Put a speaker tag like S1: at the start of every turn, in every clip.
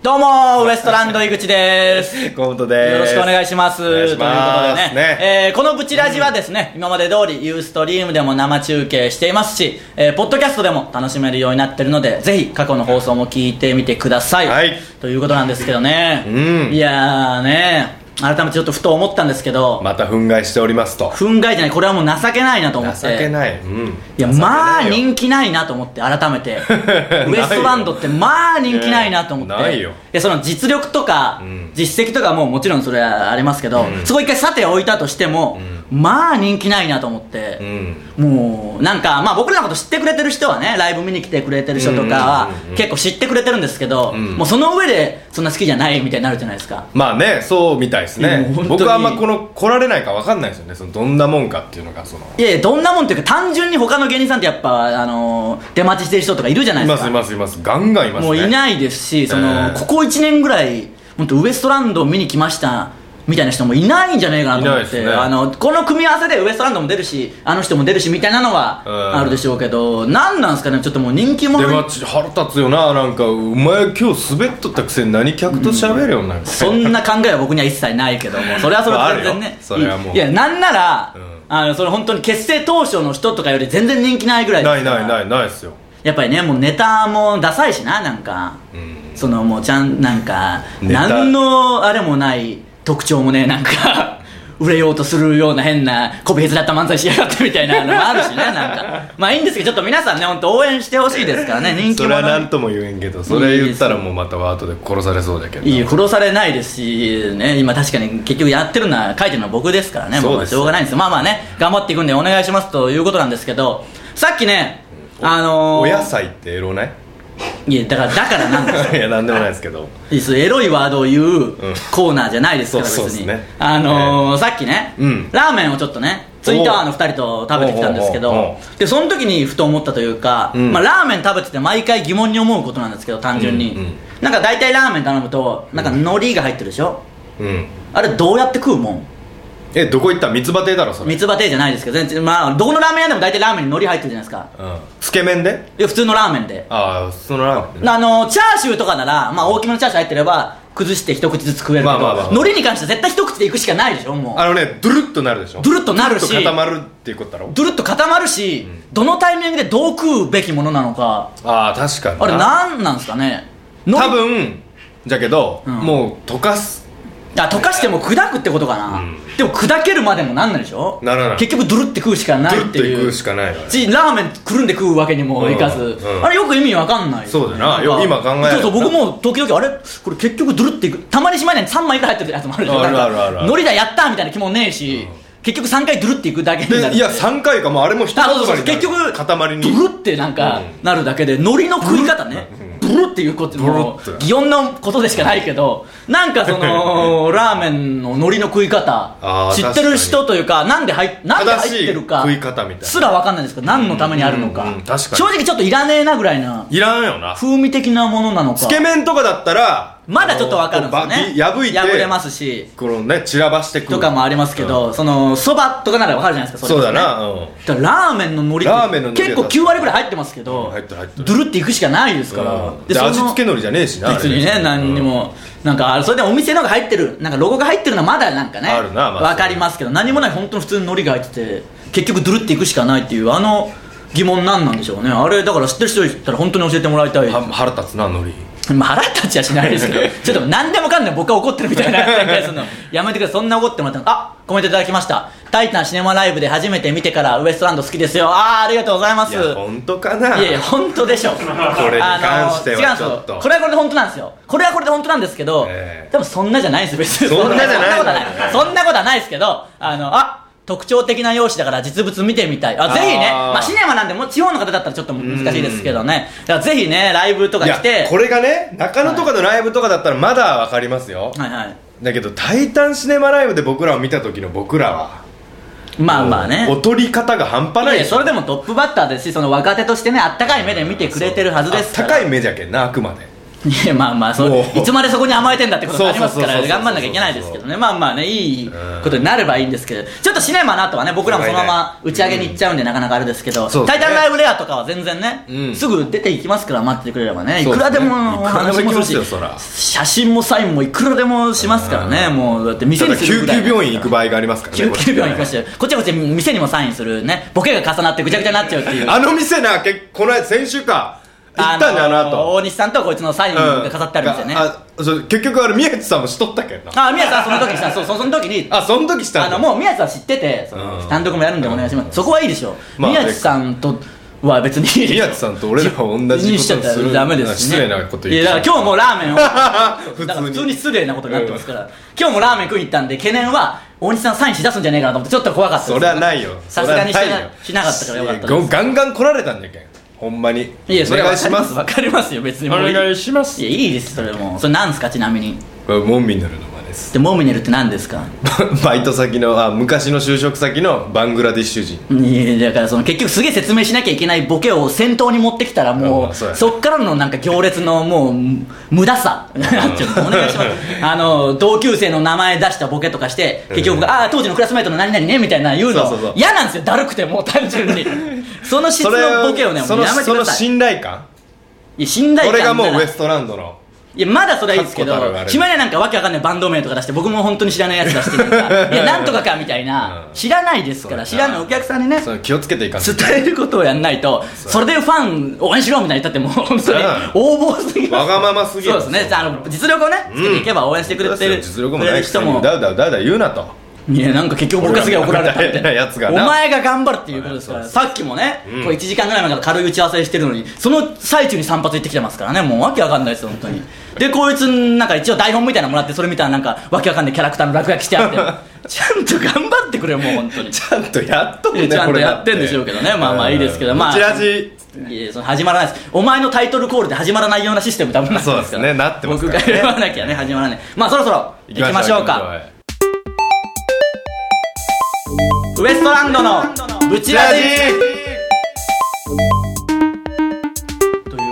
S1: どうもウエストランド井口です。よ
S2: 河本です。
S1: ろしくお願いします。
S2: お願いします
S1: ということでね、えーこのブチラジはですね、今まで通りユーストリームでも生中継していますし、えーポッドキャストでも楽しめるようになってるので、ぜひ過去の放送も聞いてみてください。
S2: はい
S1: ということなんですけどね、
S2: うん
S1: いやーね、改めてちょっとふと思ったんですけど、
S2: また憤慨しておりますと。
S1: 憤慨じゃない、これはもう情けないなと思って。
S2: 情けない。うん。
S1: いやまあ
S2: 情けないよ
S1: 人気ないなと思って改 めてウエストランドってまあ人気ないなと思って、
S2: ねないよ
S1: やその実力とか、
S2: ん
S1: 実績とかももちろんそれはありますけど、そこ一回さて置いたとしても、まあ人気ないなと思って、もうなんかまあ僕らのこと知ってくれてる人はねライブ見に来てくれてる人とかは
S2: うんうんうんうん
S1: 結構知ってくれてるんですけど、
S2: ん
S1: もうその上でそんな好きじゃないみたいになるじゃないですか
S2: まあね、そうみたいです
S1: いやもう
S2: ね
S1: 本。当に
S2: 僕はあんまこの、来られないかわかんないですよね。その、どんなもんかっていうのが、その。
S1: いやいやどんなもんっていうか単純に他の芸人さんってやっぱあのー出待ちしてる人とかいるじゃない
S2: い
S1: で
S2: ます
S1: か
S2: すいますいます。ガンガンいますね。
S1: もういないですし、その
S2: えー
S1: ここ1年ぐらい、本当、ウエストランドを見に来ましたみたいな人もいないんじゃないかなと思っ
S2: いない
S1: て、
S2: ですね
S1: あのこの組み合わせでウエストランドも出るし、あの人も出るしみたいなの
S2: うん
S1: はあるでしょうけど、なんなんですかね、ちょっともう人気
S2: 出
S1: 者に
S2: 待ち腹立つよな。なんか、お前今日滑っとったくせに何客と喋るようになる。
S1: そんな考えは僕には一切ないけど も、それはそれは全然
S2: まあある
S1: ね
S2: よ、それはもう
S1: いや、なんなら、
S2: うん
S1: あのその本当に結成当初の人とかより全然人気ないぐらいで
S2: な
S1: す
S2: い
S1: から
S2: ないないないですよ。
S1: やっぱりねもうネタもダサいしななんか、
S2: ん
S1: そのもうちゃんなんか
S2: ネタ
S1: 何のあれもない特徴もねなん か売れようとするような変なこびへつらった漫才しやがってみたいなのもあるしねなんかまあいいんですけどちょっと皆さんね本当応援してほしいですからね人気
S2: そ
S1: 者
S2: れは
S1: に
S2: 何とも言えんけど、それ言ったらもうまたワートで殺されそうだけどな。
S1: いい殺されないですし、ね、今確かに結局やってるのは書いてるのは僕ですからね
S2: そう
S1: 僕は
S2: です
S1: しょうがないんですよまあまあね頑張っていくんでお願いしますということなんですけどさっきねあのー、
S2: お野菜ってエロない
S1: いやだからだからなんですよ
S2: いや、なんでもないですけど。
S1: いいっすエロいワードを言うコーナーじゃないですから、
S2: そう
S1: 別
S2: そ
S1: に、
S2: うっすね
S1: あのーさっきね、
S2: うん
S1: ラーメンをちょっとねツイッターの2人と食べてきたんですけ
S2: おうおうおう
S1: ど
S2: お
S1: でその時にふと思ったというか、
S2: うん
S1: まあ、ラーメン食べてて毎回疑問に思うことなんですけど単純に、
S2: うんうん
S1: なんか大体ラーメン頼むとなんか海苔が入ってるでしょ
S2: うん。
S1: あれどうやって食うもん
S2: え、どこ行った三つ葉亭だろ、それ。
S1: 三つ葉亭じゃないですけど全然まあどこのラーメン屋でも大体ラーメンに海苔入ってるじゃないですか
S2: うん。つけ麺で
S1: いや普通のラーメンで
S2: ああそのラーメンね
S1: あのチャーシューとかなら、まあ、大きめのチャーシュー入ってれば崩して一口ずつ食えるけど、
S2: まあまあまあまあ
S1: 海苔に関しては絶対一口でいくしかないでしょもう
S2: あのねドゥルッとなるでしょ
S1: ドゥルッとなるし
S2: ドゥルッと固まるっていうことだろ
S1: ドゥルッと固まるし、どのタイミングでどう食うべきものなのか
S2: ああ確かに
S1: あれなんなんですかね海苔
S2: 多分じゃけど、
S1: うん
S2: もう溶かす
S1: あ溶かしても砕くってことかな、
S2: うん
S1: でも砕けるまでもなんないでしょ
S2: ならない
S1: 結局ドゥルッて食うしか
S2: ド
S1: ない
S2: ゥ
S1: っ
S2: ルッ
S1: て
S2: とい
S1: いう
S2: くしかないよね
S1: しラーメンくるんで食うわけにもいかず、
S2: うんうん
S1: あれよく意味わかんないよね、
S2: そうだよなよ
S1: んか
S2: 今考えれば
S1: そうそう僕も時々あれこれ結局ドゥルっていくたまにしまいに3枚ぐらい入ってるやつもあるじゃん
S2: あ
S1: な
S2: る
S1: んか
S2: あるあるある
S1: 海苔だやったみたいな気もねえし、結局3回ドゥルっていくだけになる
S2: でいや3回かもうあれも一
S1: あそうそう
S2: 塊
S1: そう
S2: にな
S1: 結
S2: る
S1: 局
S2: 塊に
S1: ドゥルってなんかなるだけで海苔の食い方ねブルっていうこと
S2: ブル
S1: も
S2: って
S1: 擬音のことでしかないけどなんかそのラーメンの海苔の食い方
S2: あー
S1: 知ってる人というかなんで入っなんで
S2: 正し
S1: 入っ
S2: い
S1: てるか
S2: 食い方みたいな
S1: すらわかんないですけど何のためにあるの
S2: うん
S1: か
S2: うんうん確かに
S1: 正直ちょっといらねえなぐらいない
S2: らんよな
S1: 風味的なものなのか
S2: つけ麺とかだったら
S1: まだちょっとわかるんですよ
S2: あの
S1: ね
S2: こうば破いて
S1: 破れますし
S2: このね散らばしてくる
S1: とかもありますけどそのそばとかならわかるじゃないですか
S2: そう
S1: れ
S2: だ
S1: こね
S2: な、うん
S1: だからラーメンの海苔って
S2: ラーメンの海苔
S1: 結構9割ぐらい入ってますけど、
S2: うん入ってる入ってる
S1: ドゥルっていくしかないですから、
S2: うん、で
S1: その
S2: 味付け海苔じゃねえしな
S1: 別に
S2: あ
S1: ね
S2: れ
S1: 何にも、なんかあそれでお店のが入ってるなんかロゴが入ってるのはまだなんかね
S2: あるなまあ
S1: わかりますけど何もない本当の普通の海苔が入ってて結局ドゥルっていくしかないっていうあの疑問なんなんでしょうねあれだから知ってる人いたら本当に教えてもらいたい
S2: うんは腹立つな海苔
S1: まあ腹立ちはしないです けどちょっと何でもかんでも僕は怒ってるみたいな展開するのやめてくださいそんな怒ってもらったのあコメントいただきました「タイタンシネマライブで初めて見てからウエストランド好きですよあーありがとうございます」
S2: いや本当かない
S1: やいや本当で しょこ
S2: れに関してはちょっと
S1: これはこれで本当なんですよこれはこれで本当なんですけど、
S2: ええ
S1: でもそんなじゃないです別に
S2: そんなじゃない
S1: そんことはないそんなことはないですけどあのあ特徴的な容姿だから実物見てみたいあぜひね
S2: あー
S1: まあ、シネマなんでもう地方の方だったらちょっと難しいですけどねだからぜひねライブとか
S2: い
S1: 来
S2: や
S1: て
S2: これがね中野とかのライブとかだったらまだわかりますよ、
S1: はいはい
S2: だけど「タイタンシネマライブ」で僕らを見た時の僕らは
S1: まあまあね
S2: もう劣り方が半端ないい
S1: やそれでもトップバッターですしその若手としてねあったかい目で見てくれてるはずですから
S2: 高い目じゃけんなあくまで
S1: いやまあまあそう
S2: もう
S1: いつまでそこに甘えてんだってことになりますか
S2: そ
S1: ら
S2: うそうそうそうそ
S1: 頑
S2: う
S1: 張んなきゃいけないですけどねまあまあねいいことになればいいんですけどちょっとシネマの後はね僕らもそのまま打ち上げに行っちゃうんでなかなかあれですけど「
S2: そう
S1: タ
S2: です
S1: イ
S2: ね
S1: タンライブレア」とかは全然ね、
S2: うん
S1: すぐ出ていきますから待っててくれればねい
S2: そう
S1: く
S2: ですね
S1: らでもお話
S2: いくらでも行き
S1: も
S2: ますす
S1: る
S2: よ
S1: し
S2: そら
S1: 写真もサインもいくらでもしますからね
S2: うん
S1: もうだって店
S2: た
S1: に
S2: だ
S1: する
S2: 救
S1: ぐ
S2: 急
S1: らい
S2: 病院行く場合がありますからね
S1: 救急病院行きまし
S2: こ
S1: たよこっちはこっちで店にもサインするねボケが重なってぐちゃぐちゃになっちゃうってい
S2: れ
S1: う
S2: ねあの店な結この間先週か行ったんだよな
S1: あの
S2: と
S1: 大西さんとこいつのサインが飾ってあるんですよね、
S2: うんあそう結局あれ宮地さんもしとったけどな
S1: あ宮地さんその時にさそうそうその時に
S2: あその時した
S1: あ
S2: んだ
S1: のもう宮地さん知っててその
S2: うん
S1: 単独もやるんでお願いします、そこはいいでしょ、
S2: まあ
S1: 宮地さんとは別に
S2: 宮地さんと俺らは同じことをする
S1: にしちゃったらダメですしね
S2: 失礼なこと言
S1: い
S2: って
S1: や
S2: た
S1: だから今日もラーメンを
S2: 普
S1: だから普
S2: 通
S1: 通
S2: に
S1: に失礼なことになってますから、今日もラーメン食いに行ったんで懸念は大西さんサインし出すんじゃねえかなと思ってちょっと怖かったです
S2: そりゃないよ
S1: さすがにし
S2: そ
S1: て
S2: りゃ
S1: な
S2: ないよ
S1: しなかったからよかった
S2: いや
S1: で
S2: ガンガン来られたんじゃけんほんまに
S1: すいやそれ
S2: お
S1: は
S2: 願い します
S1: わかりますよ別にもう
S2: お願いします
S1: いやいいですそれもうそれなんですかちなみに
S2: これモンミネルの間です
S1: でモミネルって何ですか
S2: バイト先のあ昔の就職先のバングラディッシュ人
S1: いやだからその結局すげえ説明しなきゃいけないボケを先頭に持ってきたらも
S2: う
S1: うん
S2: そうやね
S1: そっからのなんか行列のもうむ無駄 さなんていうのお願いしますあの同級生の名前出したボケとかして結局、
S2: うん
S1: ああ当時のクラスメイトの何々ねみたいな言うの
S2: そうそうそう
S1: 嫌なんですよだるくてもう単純 にその質
S2: それ
S1: のボケをねも
S2: そうの
S1: やめて
S2: そ
S1: くだ
S2: の
S1: さい
S2: 信頼感
S1: いや信頼
S2: これが
S1: 感
S2: もう
S1: みたいな
S2: ウエストランドの
S1: いやまだそれはいいですけど
S2: 確固たるあれ
S1: 決まりはなんかわけわかんないバンド名とか出して僕も本当に知らないやつ出してる からいやなんとかかみたいな、
S2: うん
S1: 知らないですから知
S2: そうや
S1: ら
S2: な
S1: ないお客さんにね
S2: その気をつけていか んと
S1: 伝えることをやんないとそれでファン応援しろみたいに言ったってもう本当に横暴すぎま
S2: わ
S1: す
S2: がまますぎ
S1: そ
S2: る
S1: うですねじゃああの実力をねつけていけば応援してくれて
S2: そう
S1: る
S2: ですよ実力もない
S1: 人
S2: 人
S1: も
S2: もだうだうだうだう言うなと
S1: いやなんか結局僕がすげえ怒られたみた
S2: 俺らみたいなや
S1: い
S2: つが
S1: お
S2: な
S1: 前が頑張るっていうことですからさっきもね
S2: ん
S1: こう1時間ぐらい前から軽い打ち合わせしてるのにその最中に散髪行ってきてますからねもうわけわかんないですよ本当にでこいつなんか一応台本みたいなのもらってそれ見たらなんかわけわかんないキャラクターの落書きしてあって ちゃんと頑張ってくれよもう本 当に
S2: ちゃんとやっとん
S1: いや
S2: ね
S1: ちゃんと
S2: これだ
S1: やってんでしょうけどねまあまあいいですけど
S2: うん
S1: まあ
S2: チラシ
S1: いやその始まらないですお前のタイトルコールで始まらないようなシステム多分なってますから
S2: そうですねなってますからね
S1: 僕が言わなきゃね始まらないまあそろそろ行きましょうかウエストランドのブチ
S2: チ
S1: ラ
S2: ラ
S1: ジ
S2: シ
S1: という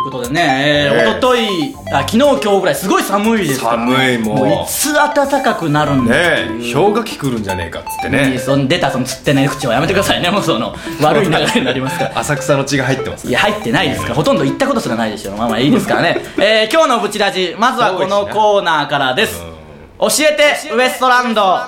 S1: ことでね、え
S2: え
S1: ー、
S2: え
S1: おとといあ昨日今日ぐらいすごい寒いですから、ね、
S2: 寒いもう
S1: ういつ暖かくなるんだ
S2: ねえ氷河期来るんじゃねえかっつってね
S1: その出たその釣ってない口をやめてくださいねもうその悪い流れになりますから
S2: 浅草の血が入ってます
S1: いや入ってないですからほとんど行ったことすらないでしょまあまあいいですから ね、えー、今日のブチラジまずはこのコーナーからです教えてウエストランド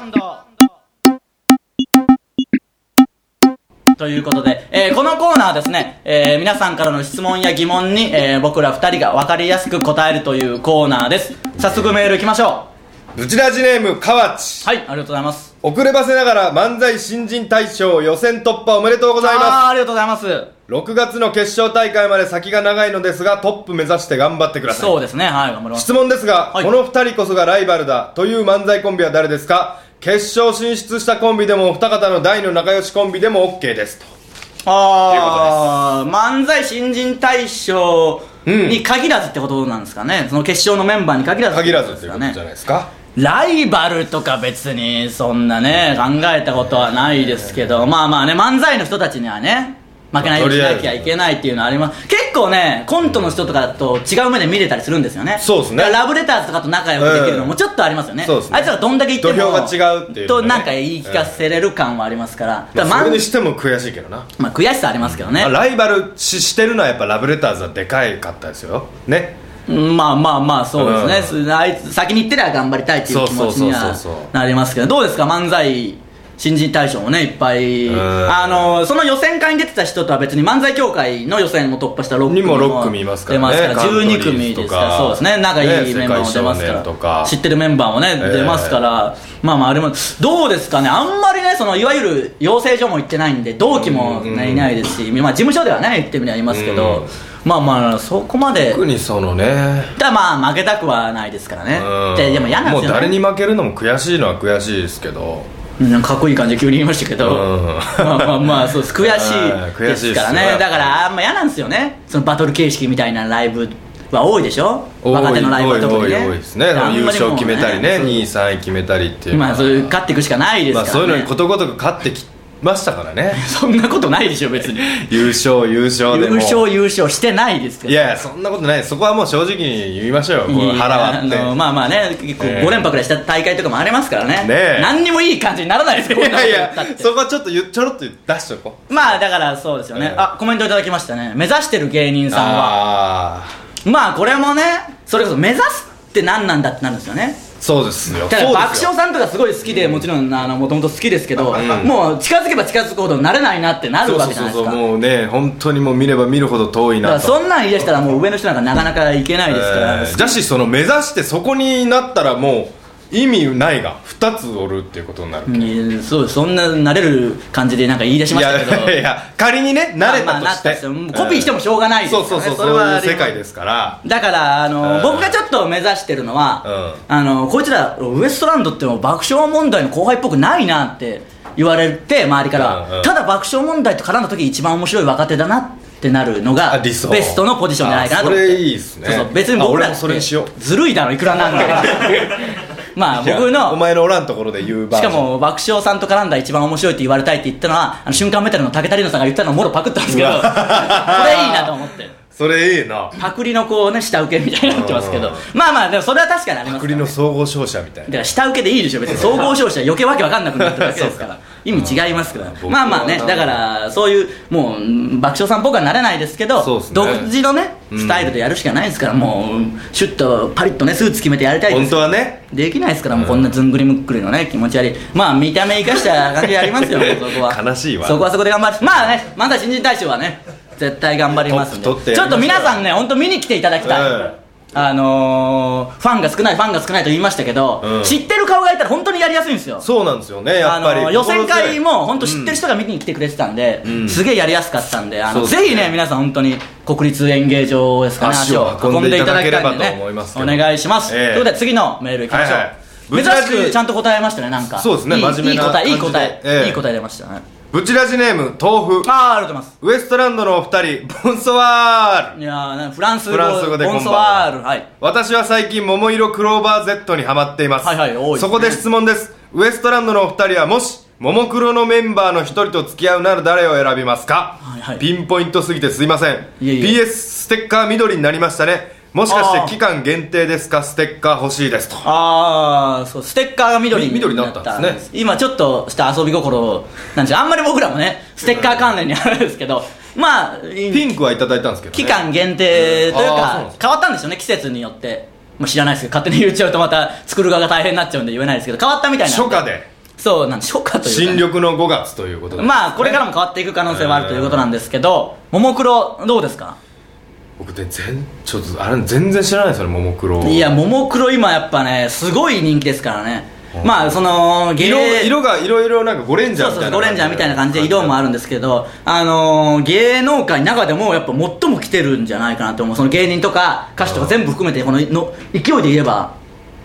S1: ということで、えーこのコーナーはですね、えー皆さんからの質問や疑問に、えー僕ら2人が分かりやすく答えるというコーナーです早速メールいきましょう
S2: ブチラジネーム河内
S1: はいありがとうございます
S2: 遅ればせながら漫才新人大賞予選突破おめでとうございます
S1: あーありがとうございます
S2: 6月の決勝大会まで先が長いのですがトップ目指して頑張ってください
S1: そうですねはい頑張ります
S2: 質問ですが、
S1: はい
S2: この2人こそがライバルだという漫才コンビは誰ですか決勝進出したコンビでもお二方の大の仲良しコンビでも OK ですと
S1: ああ漫才新人大賞に限らずってことなんですかね、その決勝のメンバーに限らず
S2: 限らずということ
S1: ね
S2: じゃないですか
S1: ライバルとか別にそんなね考えたことはないですけど、まあまあね漫才の人たちにはね負けないようにしなきゃいけないっていうのはあります結構ねコントの人とかだと違う目で見れたりするんですよね
S2: そうですね
S1: だからラブレターズとかと仲良くできるのもちょっとありますよね,、
S2: そうですね
S1: あいつらどんだけ言っても
S2: 土俵が違うっていうの
S1: と
S2: がね
S1: なんか言い聞かせれる感はありますから,、
S2: ま
S1: だ
S2: あ
S1: からまん
S2: それにしても悔しいけどな、
S1: まあ、悔しさありますけどね
S2: まあライバル視してるのはやっぱラブレターズはでかいかったですよね
S1: うんまあまあまあそうですね、
S2: う
S1: あいつ先に行ってりゃ頑張りたいっていう気持ちには
S2: そうそうそうそうそう
S1: なりますけどどうですか漫才新人大賞もねいっぱい
S2: うん
S1: あのその予選会に出てた人とは別に漫才協会の予選を突破した6組
S2: にも六組いますからね
S1: 出ますから
S2: カントリー
S1: 12
S2: ズ
S1: 組ですから
S2: とか
S1: そうですね仲いい
S2: ね
S1: メンバーも出ますか
S2: 世界少
S1: ら
S2: 年とか
S1: 知ってるメンバーもね
S2: ええ
S1: 出ますから、まあまああれもどうですかねあんまりねそのいわゆる養成所も行ってないんで同期もね、
S2: うんうん
S1: いないですし、まあ、事務所ではね行ってみりゃいますけど、まあまあそこまで
S2: 特にそのね
S1: ただまあ負けたくはないですからね
S2: うん
S1: ででも嫌なんですよ、ね、
S2: もう誰に負けるのも悔しいのは悔しいですけど
S1: うんなんかかっこいい感じで急に言いましたけど、
S2: うん
S1: まあまあまあそうです悔
S2: はい
S1: しい
S2: 悔
S1: で
S2: しい
S1: す
S2: ですよ
S1: から
S2: やっぱ
S1: ね
S2: り
S1: だからあんま嫌なんですよねそのバトル形式みたいなライブは多いでしょ
S2: 多い
S1: 若手のライブは特にね
S2: 多い多い多いですね
S1: あんまり
S2: 優
S1: もう
S2: 勝決めたりね
S1: そう
S2: 2位3位決めたりっていうのは
S1: まあそういう勝っていくしかないです
S2: ま
S1: から、ね
S2: あそういうのにことごとく勝ってきましたからね
S1: そんなことないでしょ別に
S2: 優勝優勝で
S1: 優
S2: も
S1: 勝優勝してないですから
S2: いやいやそんなことないそこはもう正直に言いましょうよ
S1: い
S2: こう
S1: や
S2: 腹割って
S1: あのまあまあね結構
S2: ええ
S1: 5連覇くらいした大会とかもありますからね
S2: ねえ
S1: 何にもいい感じにならないですよ
S2: い
S1: こんなこ
S2: や
S1: と言っ
S2: い
S1: たっ
S2: や
S1: て
S2: そこはちょっとゆちょろっと出しとこう
S1: まあだからそうですよね
S2: ええ
S1: あコメントいただきましたね目指してる芸人さんは
S2: ああ
S1: まあこれもねそれこそ目指すって何なんだってなるんですよね
S2: そうですよ
S1: ただ爆
S2: そ
S1: 笑
S2: う
S1: さんとかすごい好きでもちろんあのもともと好きですけど
S2: ん
S1: もう近づけば近づくほど慣れないなってなるわけ
S2: で
S1: じ
S2: す
S1: ゃな
S2: よ
S1: いです
S2: そうそうそう
S1: か
S2: もうね本当にもう見れば見るほど遠い
S1: だか
S2: な
S1: ら
S2: と
S1: そんなん言い出したらもう上の人なんかなかなかいけないですから、
S2: えーだしその目指してそこになったらもう意味ないが2つおるっていうことになるけど
S1: うんそうそんな慣れる感じでなんか言い出しま
S2: い
S1: したけど
S2: やいや仮にね慣れ
S1: まあ
S2: た
S1: まあ
S2: と
S1: なっ
S2: したて
S1: としてももうコピーしてもしょうがないです
S2: そ
S1: よ
S2: う
S1: ね
S2: そうそう
S1: そ
S2: そう
S1: れは
S2: いう
S1: あり
S2: 世
S1: ます
S2: 界ですから
S1: だからあの、
S2: うん
S1: 僕がちょっと目指してるのは、
S2: う
S1: あのこいつらウエストランドってもう爆笑問題の後輩っぽくないなって言われて周りから、
S2: うんうん
S1: ただ爆笑問題と絡んだ時一番面白い若手だなってなるのが
S2: あ
S1: ベ
S2: 理想
S1: ストのポジションじゃないかなと思って
S2: あそれいいっすね
S1: そうそう別に僕
S2: あ俺
S1: ら
S2: も
S1: っ
S2: それ
S1: て
S2: にしよう
S1: ずるいだろいくらなん でまあ
S2: いや
S1: 僕の
S2: お前のおらんところで言うバー
S1: し
S2: ジ
S1: か
S2: ョン
S1: も爆笑さんと絡んだ一番面白いって言われたいって言ったのはあの瞬間メタルの竹田里奈さんが言ったのをもろパクったんですけど
S2: う
S1: こ
S2: わ
S1: れいいなと思って
S2: それいいな
S1: パクリのこうね下請けみたいになってますけど
S2: うん
S1: まあまあでもそれは確かにありますか
S2: パク
S1: らだ
S2: リの総合商社みたいな
S1: から下請けでいいでしょ別に総合商社余計わけわかんなくなっただけ ですから意味違いますから
S2: 僕は
S1: まあまあね
S2: な
S1: だからそういうもううん爆笑さんっぽくはなれないですけど
S2: そうっすね
S1: 独自のねスタイルでやるしかないですからもうシュッとパリッとねスーツ決めてやりたいです
S2: 本当はね
S1: できないですから、もうこんなずんぐりむっくりのね気持ち悪いまあ見た目生かした感じありますよもうそこは
S2: 悲しいわ
S1: そこはそこで頑張るまあね漫才新人大賞はね絶対頑張りますんで
S2: トップ取ってや
S1: ち
S2: り
S1: ょっと
S2: ましょう
S1: 皆さんね本当見に来ていただきたい、
S2: うん
S1: あのー、ファンが少ないファンが少ないと言いましたけど、
S2: うん
S1: 知ってる顔がいたら本当にやりやすいんですよ
S2: そうなんですよねやっぱり、
S1: あのー予選会も本当知ってる
S2: 人、
S1: 人が見に来てくれてたんで、
S2: うん
S1: すげえやりやすかったんであの
S2: そうです
S1: ぜ
S2: ね
S1: ひね皆さん本当に国立演芸場ですかね
S2: 足
S1: 足
S2: を
S1: を運んでいただきたいんで
S2: 運んでいただければと
S1: ね
S2: 思いますけ
S1: お
S2: ど
S1: 願いします、
S2: ええ
S1: ということで次のメールいきましょう、
S2: はいはい
S1: 珍しくちゃんと答えましたねなんか
S2: そうですね
S1: いい
S2: 真面目ない
S1: い答えいい
S2: 感じで
S1: 答え、
S2: ええ
S1: いい答え出ましたね
S2: ブチラジネーム豆腐
S1: ああありがとうございます
S2: ウエストランドのお二人ボンソワール
S1: いやーなんかフランス語
S2: フランス語で
S1: ボ
S2: こんば
S1: ン
S2: ん
S1: ソワ
S2: は
S1: ールはい
S2: 私は最近桃色クローバー Z にハマっています
S1: はいはい多いですね
S2: そこで質問ですウエストランドのお二人はもし桃黒のメンバーの一人と付き合うなら誰を選びますか、
S1: はいはい
S2: ピンポイントすぎてすいません
S1: いえいえ
S2: PS ステッカー緑になりましたねもしか
S1: あ
S2: し
S1: ー
S2: て期間限定ですかステッカー欲しいですと
S1: ああそうステッカーが緑に
S2: み緑になったんですね
S1: な今ちょっとした遊び心なんですよあんまり僕らもねステッカー関連にあるんですけどまあいい
S2: ピンクはいただいたんですけど、
S1: 期
S2: ね、
S1: 間限定という
S2: あーそうなん
S1: か
S2: です
S1: 変わったんですよね季節によって、まあ、知らないですけど勝手に言っちゃうとまた作る側が大変になっちゃうんで言えないですけど変わったみたいな
S2: 初夏で
S1: そうなんです初夏というか
S2: 新緑の5月ということで
S1: まあこれからも変わっていく可能性はあるということなんですけどももクロどうですか
S2: 僕で全ちょっとあれ全然知らないですよねももクロ
S1: いやももクロ今やっぱねすごい人気ですからねまあその芸
S2: 色色がいろいろなんかゴレンジャ
S1: そ
S2: ー
S1: うそ
S2: みた
S1: う
S2: いな
S1: ゴレンジャーみたいな感じで色もあるんですけど、あのー芸能界の中でもやっぱ最も来てるんじゃないかなと思うその芸人とか歌手とか全部含めてこのの勢いで言えば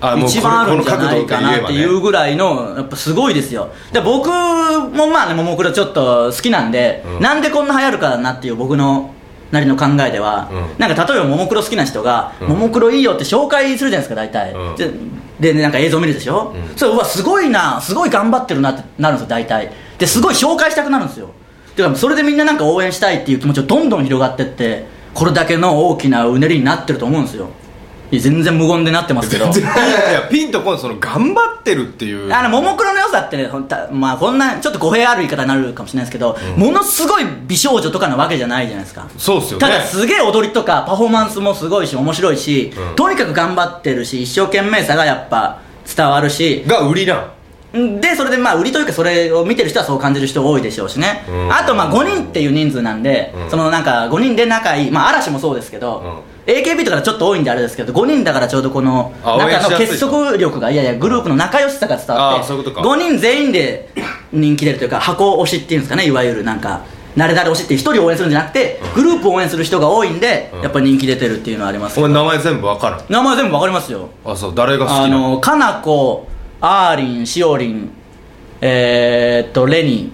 S2: あもう
S1: 一番あるんじゃないかな
S2: この角度
S1: って
S2: で
S1: い
S2: 言えば
S1: う
S2: ね
S1: ぐらいのやっぱすごいですよで僕もまあねももクロちょっと好きなんで、
S2: うん
S1: なんでこんな流行るかなっていう僕のなりの考えでは、
S2: うん
S1: なんか例えばももクロ好きな人が「
S2: うん
S1: ももクロいいよ」って紹介するじゃないですか大体、
S2: うん
S1: ででなんか映像見るでしょ、
S2: うん
S1: それうわすごいなすごい頑張ってるなってなるんですよ大体ですごい紹介したくなるんですよだからそれでみんななんか応援したいっていう気持ちがどんどん広がってってこれだけの大きなうねりになってると思うんですよいや全然無言でなってますけ ど
S2: 全然いやいやピンとこんその頑張ってるっていう
S1: あのももクロの良さってねほんた、まあ、こんなちょっと語弊ある言い方になるかもしれないですけど、ものすごい美少女とかなわけじゃないじゃないですか
S2: そうっすよね
S1: ただすげえ踊りとかパフォーマンスもすごいし面白いし、
S2: うん
S1: とにかく頑張ってるし一生懸命さがやっぱ伝わるし
S2: が売りなん
S1: でそれでまあ売りというかそれを見てる人はそう感じる人多いでしょうしね、
S2: うん
S1: あとまあ5人っていう人数なんで、
S2: うん
S1: そのなんか5人で仲いい、まあ、嵐もそうですけど、AKB とかちょっと多いんであれですけど5人だからちょうどこの
S2: あ応援しや
S1: 中
S2: すい
S1: の結束力がいやいやグループの仲良しさが伝わっ
S2: あ
S1: て
S2: そういうことか
S1: 5人全員で人気出るというか箱推しっていうんですかねいわゆるなんか慣れ慣れ推しって1人応援するんじゃなくてグループを応援する人が多いんで、
S2: うん
S1: やっぱ人気出てるっていうのはあります
S2: お前名前全部わからん
S1: 名前全部わかりますよ
S2: あそう誰が好き
S1: あ
S2: なの
S1: のかなこあーりんしおりんえー、っとレニ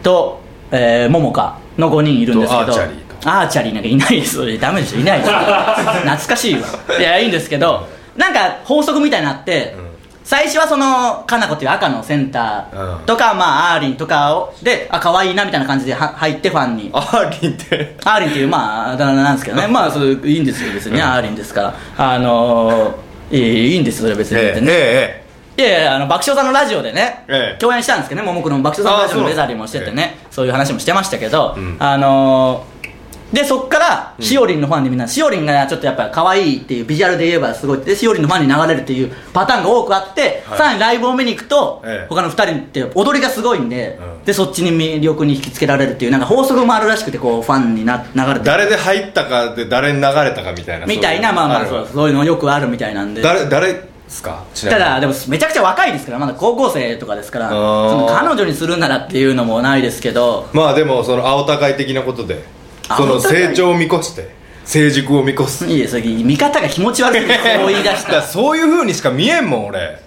S1: ーと、えー、ももかの5人いるんですけど
S2: とアーチャリー
S1: アーチャリーなんかいないですそれダメでしょい ないです懐かしいわいやいいんですけどなんか法則みたいなのあって、
S2: うん
S1: 最初はそのかなこっていう赤のセンタ
S2: うん
S1: ーとか、まあアーリンとかをであ可愛いなみたいな感じでは入ってファンに
S2: アー リンって
S1: アーリンっていうまああだ名なんですけどねまあそれいいんですよ別にね、アーリンですからあのー、いいいいんですそれは別に
S2: ええ
S1: 全然ね、
S2: え
S1: いやいやあの爆笑さんのラジオでね、
S2: ええ
S1: 共演したんですけどねももクロの爆笑さんのラジオのレザリーもしててねそういう話もしてましたけど、
S2: うん
S1: あのーでそっからしおりんのファンでみんなしおりんがちょっとやっぱ可愛いっていうビジュアルで言えばすごいってでしおりんのファンに流れるっていうパターンが多くあって、
S2: はい
S1: さらにライブを見に行くと、
S2: ええ
S1: 他の2人って踊りがすごいんで、
S2: うん
S1: でそっちに魅力に引きつけられるっていうなんか法則もあるらしくてこうファンにな流れ
S2: え
S1: て
S2: 誰で入ったかで誰に流れたかみたいな
S1: みたいな
S2: そう
S1: まあまあ
S2: る
S1: そうそういうのよくあるみたいなんで
S2: 誰誰ですかちなみ
S1: た
S2: に
S1: だでもめちゃくちゃ若いですからまだ高校生とかですから
S2: あ
S1: そ
S2: ー
S1: の彼女にするならっていうのもないですけど
S2: まあでもその青高い的なことでそ
S1: 青
S2: の
S1: 高い
S2: 成長を見越して成熟を見越す
S1: いいですよ見方が気持ち悪いって こう言い出し
S2: だか
S1: た
S2: らそういうふうにしか見えんもん俺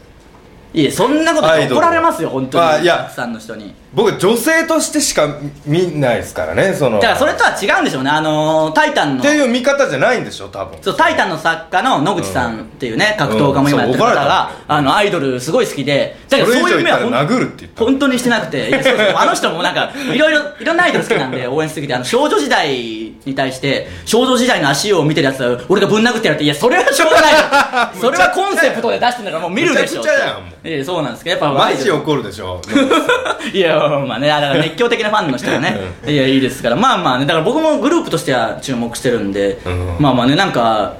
S1: いえそんなこと
S2: アイドル
S1: 怒られますよ本当に
S2: あいや
S1: たくさんの人に
S2: 僕女性としてしか見ないですからねその
S1: だからそれとは違うんでしょうねあのータイタン
S2: っ
S1: の
S2: ていう見方じゃないんでしょ多分
S1: そうタイタンの作家の野口さんっていうね、格闘家も今やってる方
S2: そう怒られた
S1: が、あのアイドルすごい好きでだけど
S2: それ
S1: そういう
S2: 以
S1: 目
S2: 上言っ
S1: は
S2: た
S1: ほん
S2: ら殴るって言った
S1: 本当にしてなくていやそう そうあの人もなんかいろいろいろんなアイドル好きなんで応援しすぎてあの少女時代に対して少女時代の足を見てるやつは俺がぶん殴ってやるっていやそれはしょうがない それはコンセプトで出してんだからもう見るでしょ
S2: むちゃくちゃやんも
S1: いやそうなんですけどやっぱ
S2: マジ怒るでしょ
S1: いやまあねだから熱狂的なファンの人がね、いやいいですからまあまあねだから僕もグループとしては注目してるんで、
S2: うん
S1: まあまあねなんか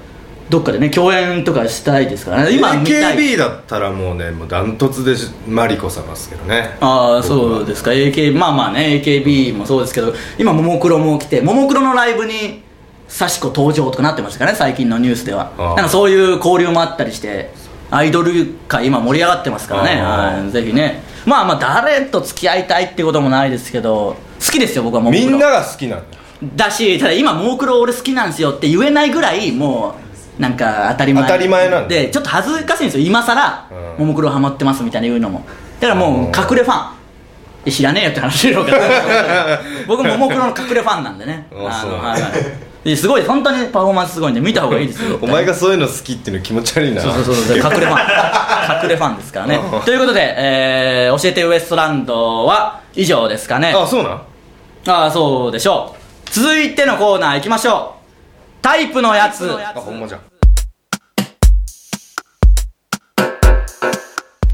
S1: どっかでね共演とかしたいですからね 今見たい
S2: AKB だったらもうねもうダントツでしマリコ様ですけどね
S1: ああそうですか AK まあまあね AKB もそうですけど今ももクロも来てももクロのライブにサシコ登場とかなってましたからね最近のニュースでは
S2: ああ
S1: なんかそういう交流もあったりしてアイドル界今盛り上がってますからね
S2: ああ
S1: はいぜひねまあまあ誰と付き合いたいってこともないですけど好きですよ僕はももク
S2: み
S1: ロ
S2: んなが好きなんだ
S1: だしただ今ももクロ俺好きなんですよって言えないぐらいもうなんか当たり前
S2: 当たり前なんだ
S1: でちょっと恥ずかしいんですよ今さら
S2: うん
S1: ももクロハマってますみたいな言うのもだからもう隠れファンいや知らねえよって話しろうから 僕ももクロの隠れファンなんでね
S2: あ
S1: あ
S2: そう
S1: のはいはいですごい本当にパフォーマンスすごいんで見た方がいいですよ
S2: お前がそういうの好きっていうの気持ち悪いな
S1: そうそうそう隠れファン 隠れファンですからね
S2: うん
S1: ということで、えー教えてウエストランド」は以上ですかね
S2: あそうなん
S1: ああそうでしょう続いてのコーナー行きましょうタイプのやつ
S2: あほんまじゃ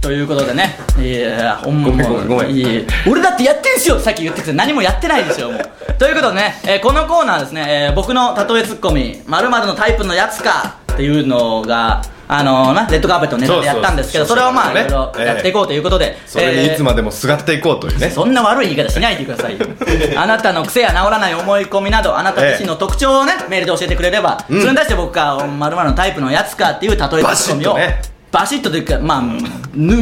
S1: ということでねいやほんま
S2: ごめんごめんごめん
S1: いや俺だってやってんすよってさっき言ってきて何もやってないでし ょもうということでね、えーこのコーナーですね、えー僕の例えツッコミまるのタイプのやつかっていうのがあのーなレッドカーペットのネタでやったんですけどそ
S2: そ
S1: う
S2: そう
S1: れ
S2: そ
S1: をまあ
S2: う
S1: い
S2: ね
S1: ろいろやっていこうということで、
S2: それにいつ
S1: も
S2: までもすがっていこうというね
S1: そんな悪い言い方しないでくだ さいよあなたの癖や治らない思い込みなどあなた自身の特徴をねメールで教えてくれれば、
S2: ん
S1: それに対して僕が「まるのタイプのやつか」っていう例えツッコミを
S2: バシッとね
S1: バシッとというかまあぬ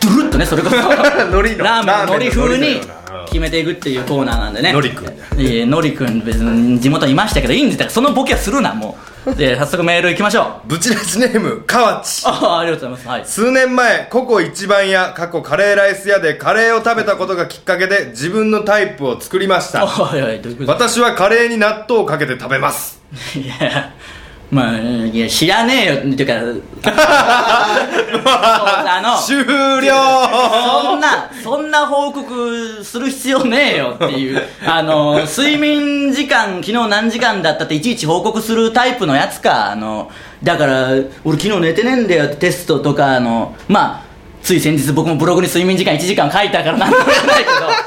S1: ドゥルッとねそれこ そラ
S2: リの
S1: ーメンの
S2: ラーメンの
S1: ノリ風
S2: 海苔
S1: に
S2: のようなうん
S1: 決めていくっていうコーナーなんでね
S2: のりくん
S1: いえのりくん別に地元にいましたけどいいんですだからそのボケはするなもうで早速メールいきましょう
S2: ブチラジネーム河内
S1: ああありがとうございます、はい、
S2: 数年前ココ一番屋過去カレーライス屋でカレーを食べたことがきっかけで自分のタイプを作りました
S1: あはいはいどういうこと
S2: 私はカレーに納豆をかけて食べます
S1: いやまあいや知らねえよっていうかあの
S2: 終
S1: そ
S2: 了
S1: んなそんな報告する必要ねえよっていうあの睡眠時間昨日何時間だったっていちいち報告するタイプのやつかあのだから俺昨日寝てねえんだよってテストとかあのまあつい先日僕もブログに睡眠時間1時間書いたからなんとも言えないけど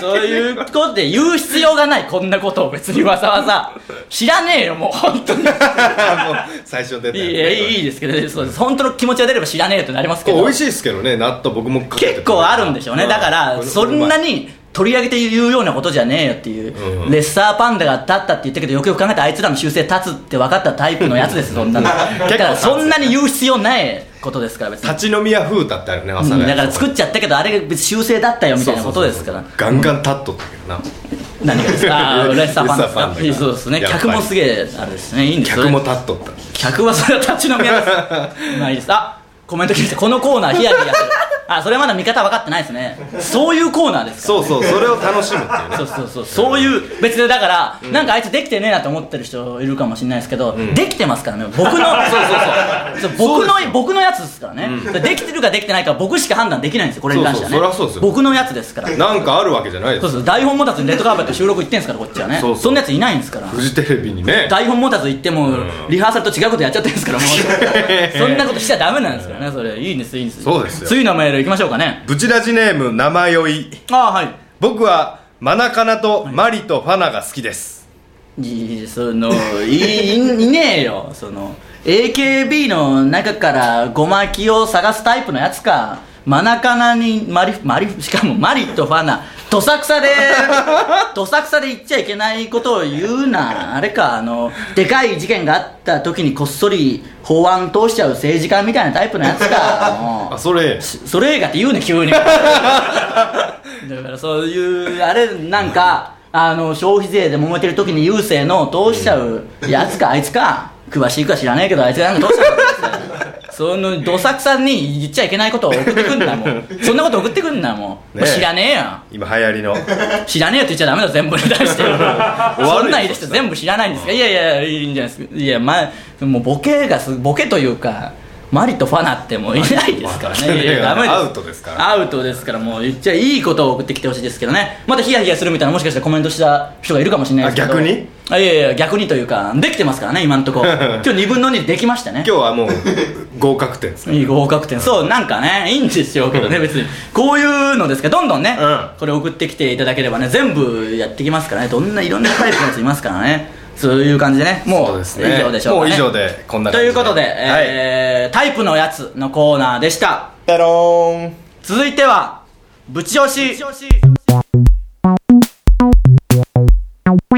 S1: そういうことで言う必要がないこんなことを別にわざわざ知らねえよもう本当に
S2: もう最初出た
S1: いいいいいいですけどねそうです本当の気持ちが出れば知らねえよとなりますけ
S2: こ
S1: ど
S2: れ美味しいですけどね納豆僕もかけて食べ
S1: 結
S2: た
S1: 構あるんでしょうね、
S2: う
S1: だからそんなに取り上げて言うようなことじゃねえよっていう、
S2: うん
S1: レッサーパンダが立ったって言ったけどよくよく考えたらあいつらの修正立つって分かったタイプのやつですそんなの だからそんなに言う必要ないことですから別に、
S2: 立ち飲み屋風歌ってあるね朝
S1: うんだから作っちゃったけどあれが別に修正だったよみたいなことですから
S2: ガンガン立っとったけどな
S1: 何がですかあーレッサーパンダです
S2: レッサーパンダ
S1: か
S2: が
S1: いいそうですね
S2: やっぱり
S1: 客もすげえあれですねいいんですよ
S2: 客も立っとった
S1: 客はそれは立ち飲み屋ですまあいいですあコメント来ましたこのコーナーヒヤヒヤするあそれまだ見方分かってないですねそういうコーナーですか
S2: そうそうそれを楽しむっていうね
S1: らそうそうそうそういう別にだから、なんかあいつできてねえなと思ってる人いるかもしれないですけど、できてますからね 僕のそうそうそう僕の僕のやつですからね、できてるかできてないか僕しか判断できないんですよこれに関してはね
S2: そうそうそりゃそうですよ
S1: 僕のやつですから
S2: なんかあるわけじゃないで
S1: そう
S2: す
S1: そう台本持たずにレッドカーペット収録行ってんすからこっちはね
S2: そうそう
S1: そんなやついないんですから
S2: フジテレビにね
S1: 台本持たず行っても、リハーサルと違うことやっちゃってるんですからも うそんなことしちゃダメなんですからねそれいいんですいいんです
S2: そうですよ
S1: 次のメール行きましょうかね
S2: ブチラジネーム生酔い
S1: ああはい
S2: 僕はマナカナとマリとファナが好きです、
S1: いいそのいいいねえよその AKB の中からゴマキを探すタイプのやつかマナカナにマリマリしかもマリとファナどさくさでどさくさで言っちゃいけないことを言うなあれかあのでかい事件があった時にこっそり法案通しちゃう政治家みたいなタイプのやつかもう
S2: あそれ
S1: それ映画って言うね急にだからそういうあれなんかあの消費税で揉めてる時に郵政の通しちゃうやつかあいつか詳しいか知らないけどあいつがなんか通しちゃうやつそのどさくさんに言っちゃいけないことを送ってくんなもうそんなこと送ってくんなもう、
S2: ねえ
S1: 知らねえよ
S2: 今流行りの
S1: 知らねえよって言っちゃダメだ全部に対 して
S2: よ
S1: そんなんいいですよ全部知らないんですかいやいやいいんじゃないですかいやまあもうボケがすボケというかマリとファナってもういないですから
S2: まあ
S1: ねいやいやダメです
S2: アウトですから
S1: アウトですからもう言っちゃいいことを送ってきてほしいですけどねまたヒヤヒヤするみたいなもしかしたらコメントした人がいるかもしれないですけど
S2: あ逆に
S1: あいやいや逆にというかできてますからね今んとこ 今日2分の2できましたね
S2: 今日はもう合格点ですね
S1: いい合格点そうなんかねいいんでしょうけどね別にこういうのですからどんどんね、
S2: うん
S1: これ送ってきていただければね全部やってきますからねどんないろんなタイプのやついますからねそういう感じでねも
S2: そう
S1: う
S2: ですね
S1: 以上でしょうか、ね、
S2: もう以上でこんな
S1: と
S2: 感じ
S1: い
S2: で
S1: うことで、
S2: はい
S1: えータイプのやつのコーナーでした
S2: ペローン
S1: 続いてはぶち押しと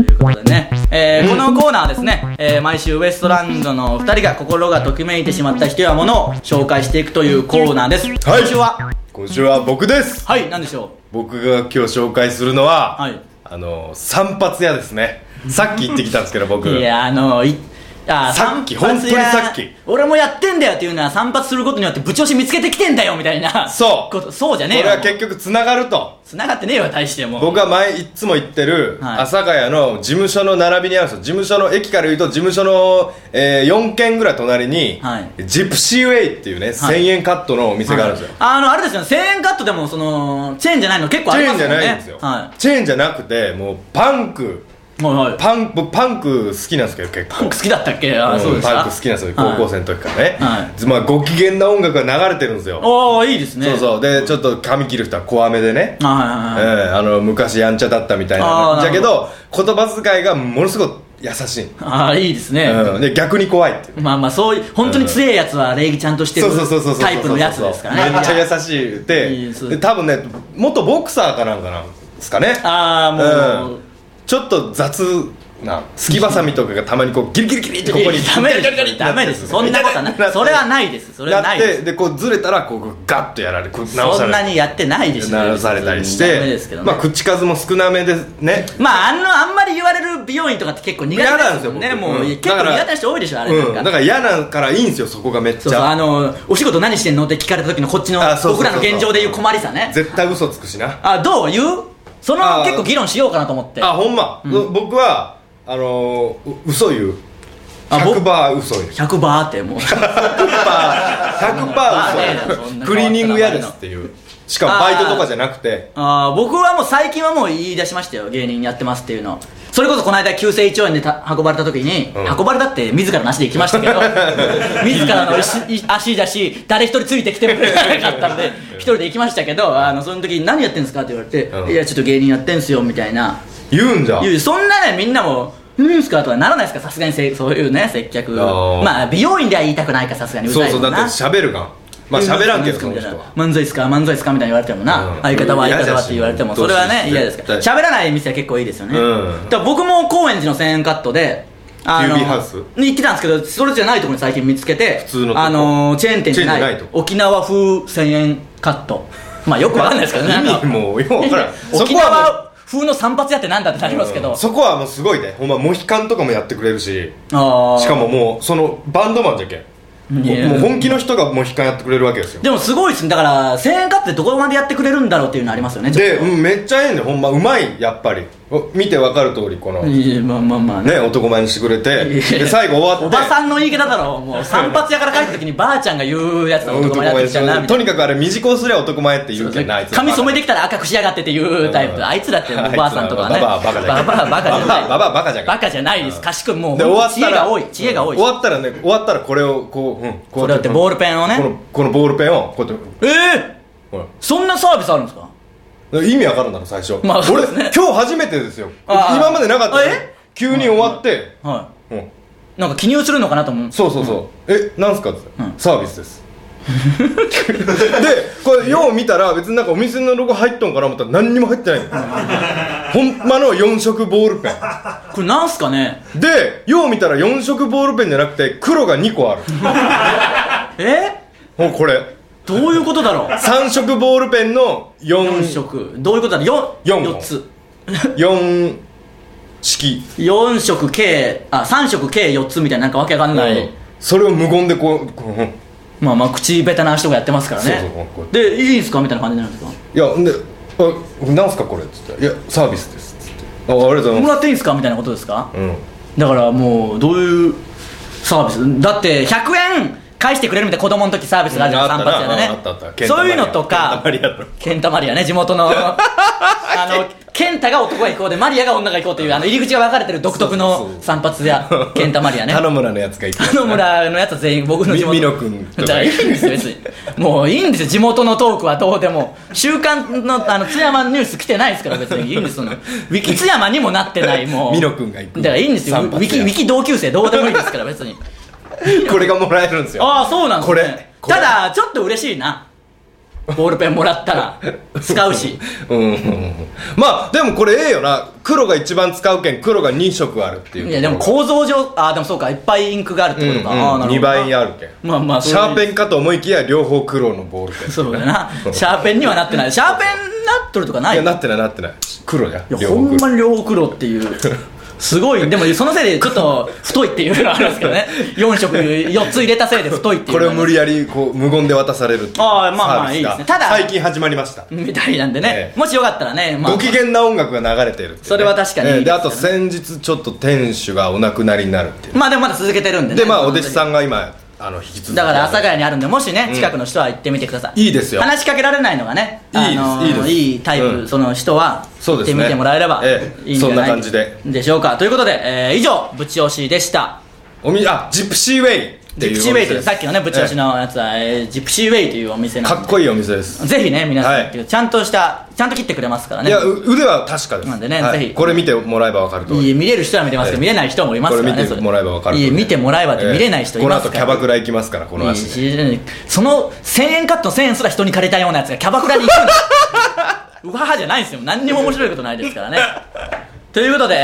S1: いうことでね、えーこのコーナーはですね、えー毎週ウエストランドの2人が心がときめいてしまった人やものを紹介していくというコーナーです、今週は
S2: 今週は僕です
S1: はい何でしょ
S2: 僕が今日紹介するのは、
S1: はい
S2: あの散髪屋ですねさっき行ってきたんですけど僕
S1: ういやあのいあー
S2: さっき
S1: 散髪屋
S2: 本当にさっき
S1: 俺もやってんだよっていうのは散髪することによって部長し見つけてきてんだよみたいな
S2: そう
S1: ことそうじゃ
S2: こ
S1: ねえよ
S2: れは結局つながると
S1: つながってねえわ大してもう
S2: 僕が前いっつも行ってる
S1: はい
S2: 阿佐ヶ谷の事務所の並びにあるんですよ事務所の駅から言うと事務所の、え4軒ぐらい隣に、
S1: はい
S2: ジプシーウェイっていうね、
S1: はい
S2: 1000円カットのお店があるんですよ、
S1: あのあれですよね1000円カットでもそのチェーンじゃないの結構あ
S2: チ
S1: り
S2: ェー
S1: ま
S2: ン
S1: す
S2: じ
S1: も
S2: ゃ
S1: んね
S2: ないんですよ、
S1: は
S2: チェーンじゃなくてもうパンク
S1: い、はいはい
S2: パン僕パンク好きなんですけど結構
S1: パンク好きだったっけあ
S2: うん
S1: そうですか
S2: パンク好きなんですよ高校生の時からね、
S1: は
S2: まあ、ご機嫌な音楽が流れてるんですよ、
S1: ああいいですね
S2: そうそうでちょっと髪切る人は怖めでね、
S1: あはいはいはい
S2: ええあの昔やんちゃだったみたい
S1: あ
S2: な
S1: ー
S2: じゃけど言葉遣いがものすごく優しい、
S1: ああいいですね、
S2: うん、で逆に怖いっていう
S1: まあまあそういう本当に強いやつは礼儀ちゃんとしてる
S2: そうそうそうそうそう
S1: タイプのやつですからね
S2: めっち
S1: いや
S2: ゃ優しい
S1: いい
S2: で
S1: そう
S2: で多分ね元ボクサーかなんかなんですかね
S1: ああもう、
S2: ん、ちょっと雑なすきばさみとかがたまにこうギリギリギリってここに
S1: ダメですダメですそんなことはな
S2: 痛い
S1: いそれはないですそれは
S2: や
S1: な
S2: っ
S1: いで
S2: て
S1: す
S2: でこうずれたらこうガッとやられこう直さ
S1: そん
S2: れ
S1: なにやってないでしょ
S2: 直されたりし
S1: ダメ
S2: て
S1: ですけどね
S2: まあ口数も少なめですね
S1: まああのあんまり言われる美容院とかって結構苦手
S2: 嫌なん
S1: で
S2: ですす
S1: よ
S2: よ
S1: ね
S2: 僕
S1: もう
S2: うん
S1: 結構
S2: だから
S1: 苦手な人多いでしょあれ
S2: うん
S1: な
S2: だ
S1: んか
S2: から嫌なからいいんですよそこがめっち
S1: そうそうあ
S2: ゃ
S1: のお仕事何してんのって聞かれた時のこっちの
S2: あそうそ
S1: 僕
S2: うそ
S1: ら
S2: うそう
S1: の現状でいう困りさね
S2: 絶対嘘つくしな
S1: あどう言うその
S2: あ
S1: 結構議論しようかなと思って
S2: あほんま僕はあのーう嘘言う
S1: あ僕
S2: 100パー嘘言う
S1: 100バーって もうまあねそんな変わったら
S2: 100%嘘クリーニング屋ですっていうしかもバイトとかじゃなくて
S1: あー僕はもう最近はもう言い出しましたよ芸人やってますっていうのそれこそこの間急性胃腸炎でた運ばれた時に、
S2: うん
S1: 運ばれたって自らの足で行きま したけど自らの足足だし誰一人ついてき てもらえなかったんで一人で行きましたけどあのその時に何やってんですかって言われて、
S2: うん
S1: いやちょっと芸人やってんすよみたいな
S2: 言うんじゃん
S1: いやそんなねみんなも「うんすか?」とはならないですかさすがにせそういうね接客
S2: あー
S1: まあ美容院では言いたくないかさすがにう
S2: そ
S1: ざ
S2: う
S1: い
S2: そう
S1: も
S2: だ
S1: ん
S2: っ
S1: な
S2: て喋るがんまあ喋らんけどそ
S1: うん
S2: の
S1: ですか
S2: 人
S1: み
S2: は
S1: たいな漫才っすか漫才っすかみたいに言われてもな、
S2: うん
S1: 相方は相方
S2: 嫌
S1: はっ
S2: だして
S1: 言われても
S2: ど
S1: そうれはね
S2: 絶対
S1: 嫌ですから喋らない店は結構いいですよね、
S2: うん
S1: だから僕も高円寺の1000円カットであの
S2: QB ハウス
S1: に行ってたんですけどそれじゃないところに最近見つけて
S2: 普通のとこ
S1: あのチェーン店じゃない
S2: チェーンじゃないとこ
S1: 沖縄風1000円カットまあよくわかんないですけどね
S2: 意
S1: なん
S2: 味
S1: か
S2: もうよくわからんそ
S1: 沖
S2: こは
S1: 縄風の散髪屋ってなんだってなりますけど、
S2: もうそこはもうすごいねほんまモヒカンとかもやってくれるし
S1: あー
S2: しかももうそのバンドマンじゃけん
S1: いや
S2: もう本気の人がもう控えやってくれるわけですよ
S1: でもすごいですねだから1000円カップでどこまでやってくれるんだろうっていうのありますよねちょっ
S2: で、うん、めっちゃええねんほんまうまいやっぱりお見てわかる通りこの
S1: といやまあまあまあね
S2: ね男前にしてくれて
S1: いや
S2: で最後終わ
S1: お
S2: って
S1: ばさんの言い方だろもう散髪屋から帰った時にばあちゃんが言うやつだ男前やってきちゃうなみた
S2: と
S1: いな
S2: にかくあれ身こすりゃ男前って言うけどなあいつ
S1: 髪染めて
S2: き
S1: きたら赤くしやがってっていうタイ
S2: うん
S1: プあいつだっておばあさんとかね
S2: あいつらバカバカじゃない
S1: バカバカじゃない
S2: バカバカじゃない
S1: バカじゃないです賢いもう
S2: で終わった
S1: 知恵
S2: ら
S1: が多い知恵が多い
S2: 終わったらね終わったらこれをこううんこ
S1: こ
S2: う
S1: れ
S2: や
S1: だってボー
S2: ル
S1: ルペンを
S2: こ
S1: ね
S2: のこのボールペンをこうやっ
S1: え
S2: て
S1: え
S2: ほら
S1: そんなサービスあるんですか
S2: 意味わかるんだろ最初、
S1: まあそう
S2: 俺
S1: ですね
S2: 今日初めてですよ
S1: ああ
S2: 今までなかったよ
S1: え
S2: 急に終わって、
S1: は
S2: うん、
S1: いなんか記入するのかなと思う
S2: そうそうそう、えなんすかって、
S1: うん
S2: サービスですでこれよう見たら別になんかお店のロゴ入っとんかな思ったら何にも入ってないのほんまの4色ボールペ
S1: これなんすかね
S2: ンでよう見たら4色ボールペンじゃなくて黒が2個ある
S1: え
S2: もうこれ
S1: どういうことだろう
S2: 3色ボールペンの
S1: 4
S2: 4
S1: 色どういうことだろう
S2: 四本
S1: 4つ
S2: 四式
S1: 4色計あ3色計4つみたいななんかわけわかんない、
S2: それを無言でこうこううん
S1: まあまあ口ベタな人がやってますからね
S2: そうそうこう
S1: でいいんすかみたいな感じになるんです
S2: いやんで「あなんすかこれ」っつって「いやサービスです」っつって「あありがとう
S1: か
S2: ござい
S1: も
S2: ます
S1: らっていいんすかみたいなことですか」
S2: うん
S1: だからもうどういうサービスだって100円返してくれるみたいな子供の時サービスがあるじゃん
S2: うんあっ
S1: 散
S2: たな
S1: 髪屋
S2: あったあったあ
S1: で
S2: った
S1: ねそういうのとか
S2: ケンタマリアの
S1: ケンタマリアね地元 のあのケンタが男が行こうでマリアが女が行こうというあの入り口が分かれてる独特
S2: そうそうそ
S1: の
S2: う
S1: 散髪屋ケンタマリアね
S2: 田野村のやつがいて
S1: 野村のやつは全員僕の地元
S2: みみのくんとか
S1: だからいいんですよ別にもういいんですよ地元のトークはどうでも週刊のあの津山ニュース来てないですから別にいいんですそのウィキ津山にもなってないもう
S2: みのくんが行く
S1: だからいいんですよウ
S2: 散
S1: ィ
S2: 髪
S1: キ
S2: 屋
S1: ウィキ同級生どうでもいいですから 別に
S2: これがもらえるんです よ
S1: ああそうなんですね
S2: これこれ
S1: ただちょっと嬉しいなボールペンもらったら使う し
S2: うんうんうんまあでもこれええよな黒が一番使うけん黒が2色あるっていう
S1: いやでも構造上ああでもそうかいっぱいインクがあるっ
S2: う
S1: て
S2: んう
S1: こ
S2: ん
S1: とか、ああなるほど
S2: 2倍あるけん
S1: まあまあ
S2: シャーペンかと思いきや両方黒のボールペン
S1: そうだなシャーペンにはなってないシャーペンなっとるとかないい
S2: やなってないなってない黒じゃん
S1: いや
S2: 両
S1: ほ
S2: 方
S1: ん
S2: 黒
S1: まに両苦労っていう すごいでもそのせいでちょっと太いっていうのあるんですけ どね4色4つ入れたせいで太いっていう
S2: これを無
S1: 理
S2: 理やりこう無言で渡されるっていう
S1: ああまあまあ
S2: サービスが
S1: いいですねただ
S2: 最近始まりました
S1: みたいなんでね、
S2: ええ
S1: もしよかったらね、まあ、
S2: ご機嫌な音楽が流れてるっていうね
S1: それは確かにいい
S2: ええであ
S1: です
S2: と
S1: よ
S2: 先日ちょっと店主がお亡くなりになるっていう
S1: まあでもまだ続けてるんでね
S2: でまあお弟子
S1: ん
S2: さんが今あの引き続き
S1: だから阿佐ヶ谷にあるんでもしね近くの人は行ってみてください、
S2: いいですよ
S1: 話しかけられないのがね
S2: いいです
S1: あのー
S2: いいです
S1: いタイプ、
S2: うん
S1: その人は
S2: そう
S1: 行っ
S2: です
S1: て
S2: ね
S1: みてもらえれば
S2: ええ
S1: いいんじゃない
S2: そんな感じで
S1: でしょうかということで、えー以上ぶち押しでした
S2: おみあジプシーウェイっ
S1: ジ
S2: ていう
S1: プシーウェイとい
S2: お店で
S1: う
S2: す
S1: さっきのねぶち押しのやつは、えージプシーウェイというお店
S2: ええ
S1: なんで
S2: かっこいいお店です
S1: ぜひね皆さん、
S2: はい
S1: ちゃんとしたちゃんと切ってくれますから
S2: い
S1: ね
S2: やう腕は確かです
S1: なんでね
S2: はい
S1: ぜひ
S2: これ見てもらえばわかると
S1: いい見れる人は見れますけど、見
S2: ええ
S1: れない人もいますか
S2: これ
S1: ら
S2: 見
S1: ねそ
S2: てもらえばわかると
S1: い
S2: ね
S1: い見てもらえばって
S2: ええ
S1: 見れない人います
S2: この後
S1: か
S2: キ
S1: ら
S2: ャバクラ行きますからこの
S1: いい
S2: 足で
S1: しその1000円カットの1000円すら人に借りたようなやつがキャバクラに行くん だうわはじゃないですよ何にも面白いことないですからねということで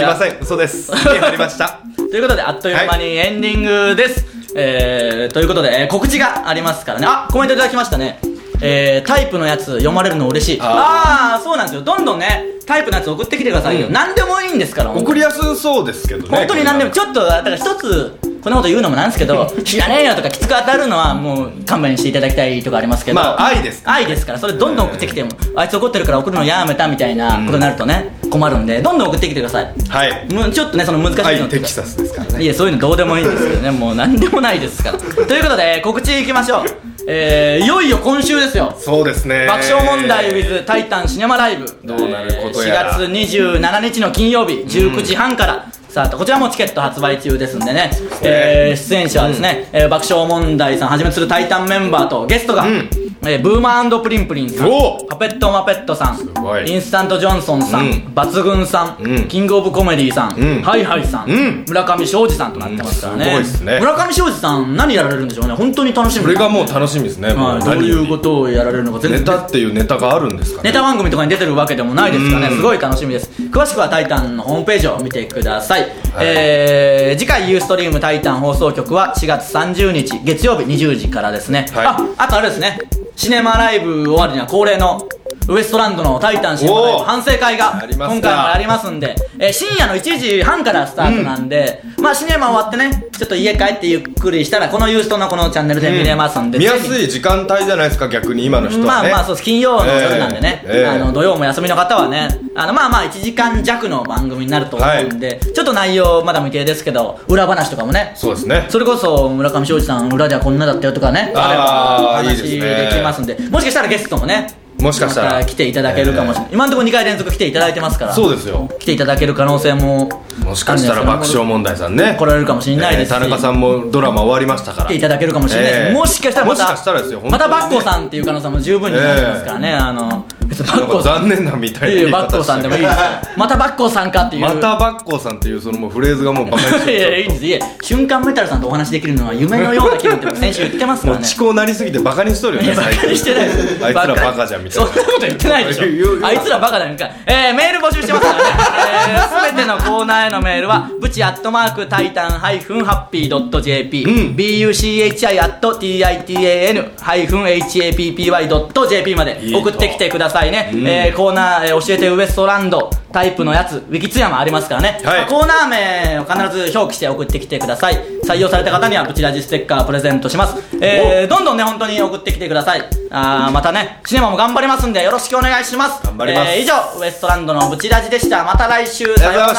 S2: 行きません 嘘です家ありました
S1: ということであっという間にエンディングです、えー、ということで、えー告知がありますからねあコメントいただきましたねえー、タイプのやつ読まれるの嬉しいああーそうなんですよどんどんねタイプのやつ送ってきてくださいよ、
S2: うん
S1: 何でもいいんですから
S2: 送りやすそうですけどね
S1: 本当に何でも
S2: ょ
S1: ちょっとだから一つこんなこと言うのもなんですけ ど知らねえよとかきつく当たるのはもう勘弁していただきたいとかありますけど、
S2: まあ愛です
S1: 愛ですからそれどんどん送ってきても、あいつ怒ってるから送るのやめたみたいなことになるとね、困るんでどんどん送ってきてください
S2: はい
S1: もうちょっとねその難しいの
S2: 愛
S1: とか
S2: テキサスですからね
S1: いやそういうのどうでもいいんですけどねもう何でもないですからということで告知いきましょうえー、いよいよ今週ですよ
S2: そうですね
S1: 爆笑問題 with タイタンシネマライブ
S2: どうなることやら
S1: えー4月27日の金曜日19時半から、さあこちらもチケット発売中ですんでね、えー出演者はですね、えー爆笑問題さんはじめとするタイタンメンバーとゲストが、
S2: うん
S1: えーブーマープリンプリンさん
S2: お
S1: パペットマペットさん
S2: ごい
S1: インスタントジョンソンさん、
S2: うん
S1: 抜群さん、
S2: うん
S1: キングオブコメディさん、
S2: うん
S1: ハイハイさん、
S2: うん
S1: 村上庄司さんとなってますからね,、
S2: うんすごいっすね
S1: 村上庄司さん何やられるんでしょうね本当に楽しみ
S2: それがもう楽しみですねも
S1: はい、どう
S2: 何
S1: い
S2: より
S1: うことをやられるのか全
S2: ネ
S1: 然
S2: タっていうネタがあるんですかね
S1: ネタ番組とかに出てるわけでもないですから
S2: う
S1: ね
S2: ん
S1: すごい楽しみです詳しくは「タイタン」のホームページを見てください、
S2: はい
S1: えー次回「ユーストリームタイタン」放送局は4月30日月曜日20時からですね、
S2: はい
S1: ああとあれですねシネマライブ終わりには恒例のウエストランドの「タイタン」シネマライブ
S2: おー
S1: 反省会が
S2: ありま
S1: 今
S2: すか
S1: 回もありますんで、えー深夜の1時半からスタートなんで、まあシネマ終わってねちょっと家帰ってゆっくりしたらこのユーストのこのチャンネルで見れますんで、
S2: 見や
S1: ぜひ
S2: すい時間帯じゃないですか逆に今の人はね
S1: まあまあそうです金曜の夜なんでね、
S2: ええええ
S1: あの土曜も休みの方はねあのまあまあ1時間弱の番組になると思うんで、ちょっと内容まだ未定ですけど裏話とかもね
S2: そうですね
S1: それこそ村上庄司さん裏ではこんなだったよとかね
S2: あー
S1: あればお話
S2: いいですね
S1: できますんでもしかしたらゲストもね
S2: もしかしたら
S1: ま来ていただけるかもしれない、今のところ2回連続来ていただいてますから
S2: そうですよ
S1: 来ていただける可能性も
S2: もしかしたら爆笑問題さんね
S1: 来られるかもしれないですし
S2: 田中さんもドラマ終わりましたから
S1: 来ていただけるかもしれないです、
S2: ええ
S1: もしかしたらまた
S2: もしかしたらですよ本当
S1: ま
S2: に
S1: たバッコさんっていう可能性も十分になりますからね、あの別にバ
S2: な
S1: ッ
S2: んか
S1: コさん
S2: 残念なみた
S1: いや
S2: いな
S1: い
S2: 言
S1: や
S2: い
S1: バッ
S2: 方
S1: コさんでもいいですよまたバッコさんかっていう
S2: またバッコさんっていうそのもうフレーズがもうバカにし
S1: い
S2: て
S1: やいやいい
S2: る
S1: ですいや瞬間メタルさんとお話できるのは夢のような気分って僕先週言ってますか
S2: もう
S1: らね
S2: 遅刻なりすぎてバカにしとるよ
S1: い
S2: ね
S1: やバカにしてないです
S2: あいつらバカじゃんみたいな
S1: そんなこと言ってないでし
S2: いやいやい
S1: ょ
S2: や
S1: あいつらバカだよみたいなえー、メール募集してますからねすべ、全てのコーナーへのメールはブチアットマークタイタンハイフンハッピードット JP、
S2: うん
S1: BUCHI アット TITAN ハイフン HAPPY ドット JP まで
S2: いいと
S1: 送ってきてくださいねえーコーナー、えー教えてウエストランドタイプのやつウィキツヤもありますからね、
S2: はい
S1: まあコーナー名を必ず表記して送ってきてください採用された方にはブチラジステッカープレゼントします、えー、どんどんね本当に送ってきてくださいあーまたねシネマも頑張りますんでよろしくお願いします
S2: 頑張ります
S1: えー以上ウエストランドのブチラジでしたまた来週
S2: ありがとうござい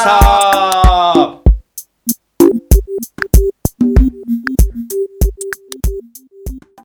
S2: ました